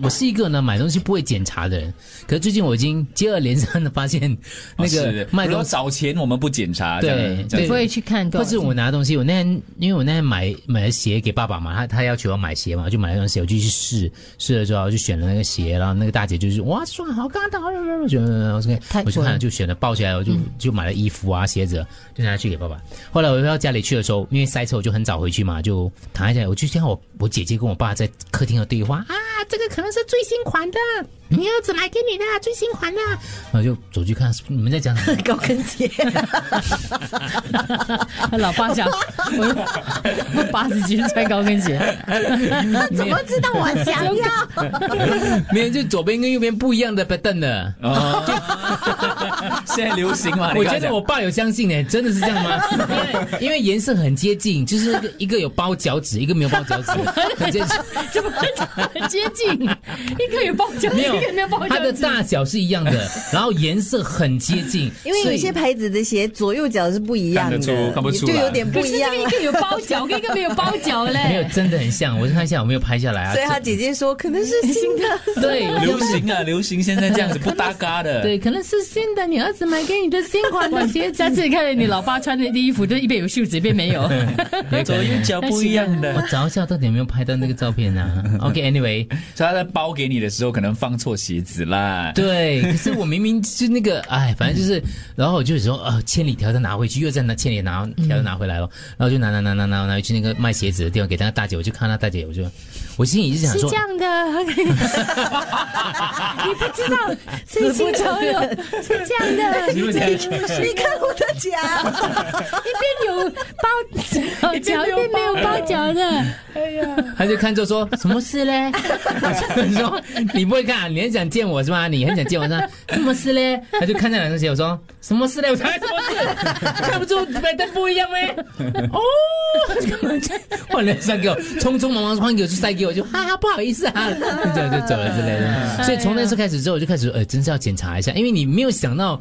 我是一个呢买东西不会检查的人，可是最近我已经接二连三的发现哦那个卖如东果西，找钱我们不检查，对这样这对样你不会去看多或少钱，是我拿东西，我那天因为我那天买买了鞋给爸爸嘛，他他要求我买鞋嘛，我就买了一双鞋，我就去试试了之后，我就选了那个鞋，然后那个大姐就是哇，算好刚的，我就泰国我就看了就选了，抱起来我就就买了衣服啊鞋子，就拿去给爸爸。后来我回到家里去的时候，因为塞车，我就很早回去嘛，就躺在家里，我就听到我我姐姐跟我爸在客厅的对话啊，这个可能是最新款的，嗯你儿子买给你的最新款的，啊然后就走去看你们在讲什么。 高跟鞋， 老爸 讲，我我八十斤穿高跟 鞋，怎么知道我想要？ 没有，就左边跟右边不一样的 button 的。哦，现在流行 嘛？我你刚觉才得讲我爸有相信呢、真的是这样 吗？因为因为颜色很接近，就是一个一个有包脚趾，一个没有包脚 趾，很接近。怎么很接近？一个有包脚，没一有个没有包脚它的趾，大小是一样 的，然后颜色很接近，因为有些牌子的鞋左右脚是不一样的，看得出看不出就来有点不可一是样这个一了。个有包脚，跟一 个没有包哎脚没有嘞。真的很像。我就看一下有没有拍下来啊。所以他姐姐说可能是新 的，对流行啊，流行现在这样子不搭嘎的，对，可能是新的，你儿子买给你的新款的鞋 子。下次看见你老爸穿的衣服，就一边有袖子，一边没 有。有 可左右能。脚不一样我的。找一下到底有没有拍到那个照片啊？OK，Anyway，、所以他在包给你的时候，可能放错鞋子啦。对，可是我明明是那个，哎，反正就是，然后我就说，呃，千里迢迢拿回去，又再拿千里拿迢迢拿回来了，然后就拿拿拿拿拿拿回去那个卖鞋子的地方给那个大姐，我就看那大姐，我就，我心里是想是说这，样 的，你不知道，是新潮流，是这样的，你们想你看我的脚，一边有包脚，一边没有包脚的。她就看着说什么事嘞？我就说你不会看啊，你很想见我是吗？你很想见我是吗？什么事嘞？她就看那两双鞋，我说什么事嘞？我说哎 什么事？看不出买的不一样呗？哦，换了三给我，匆匆忙忙换给我就塞给我，就哈哈不好意思啊，就这样就走了之类的。所以从那时候开始之后，我就开始呃，真是要检查一下，因为你没有想到，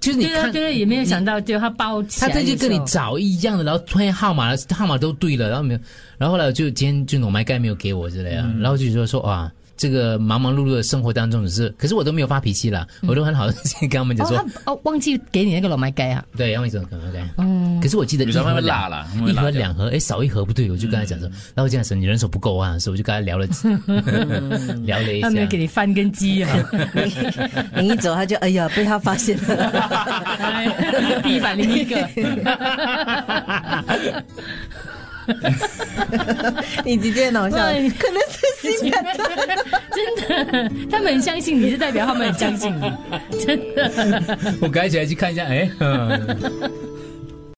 就是你对啊，看。对啊，也没有想到，就他包起他来这就跟你的时候找一样的，然后突然号码号码都对了，然后没有，然后后来我就今天就我麦盖没有给我之类的，嗯然后就说说啊，这个忙忙碌碌的生活当中只是，可是我都没有发脾气啦，我都很好的跟他们讲说，嗯哦，他哦，忘记给你那个裸麦盖啊，对，杨伟总可能 OK，嗯，哦可是我记得女一生盒会两辣啦，会一辣盒掉两盒，哎，少一盒不对，我就跟他讲嗯说，然后这样说你人手不够啊，所以我就跟他聊了 聊了一下他没 有，给你饭跟鸡 啊，你一走他就哎呀被他发现了， 哎第一百零一 个， 你姐姐很好笑，对可能是新的。真的，他们很相信你，就代表他们很相信你，真的。我改起来去看一下，哎。嗯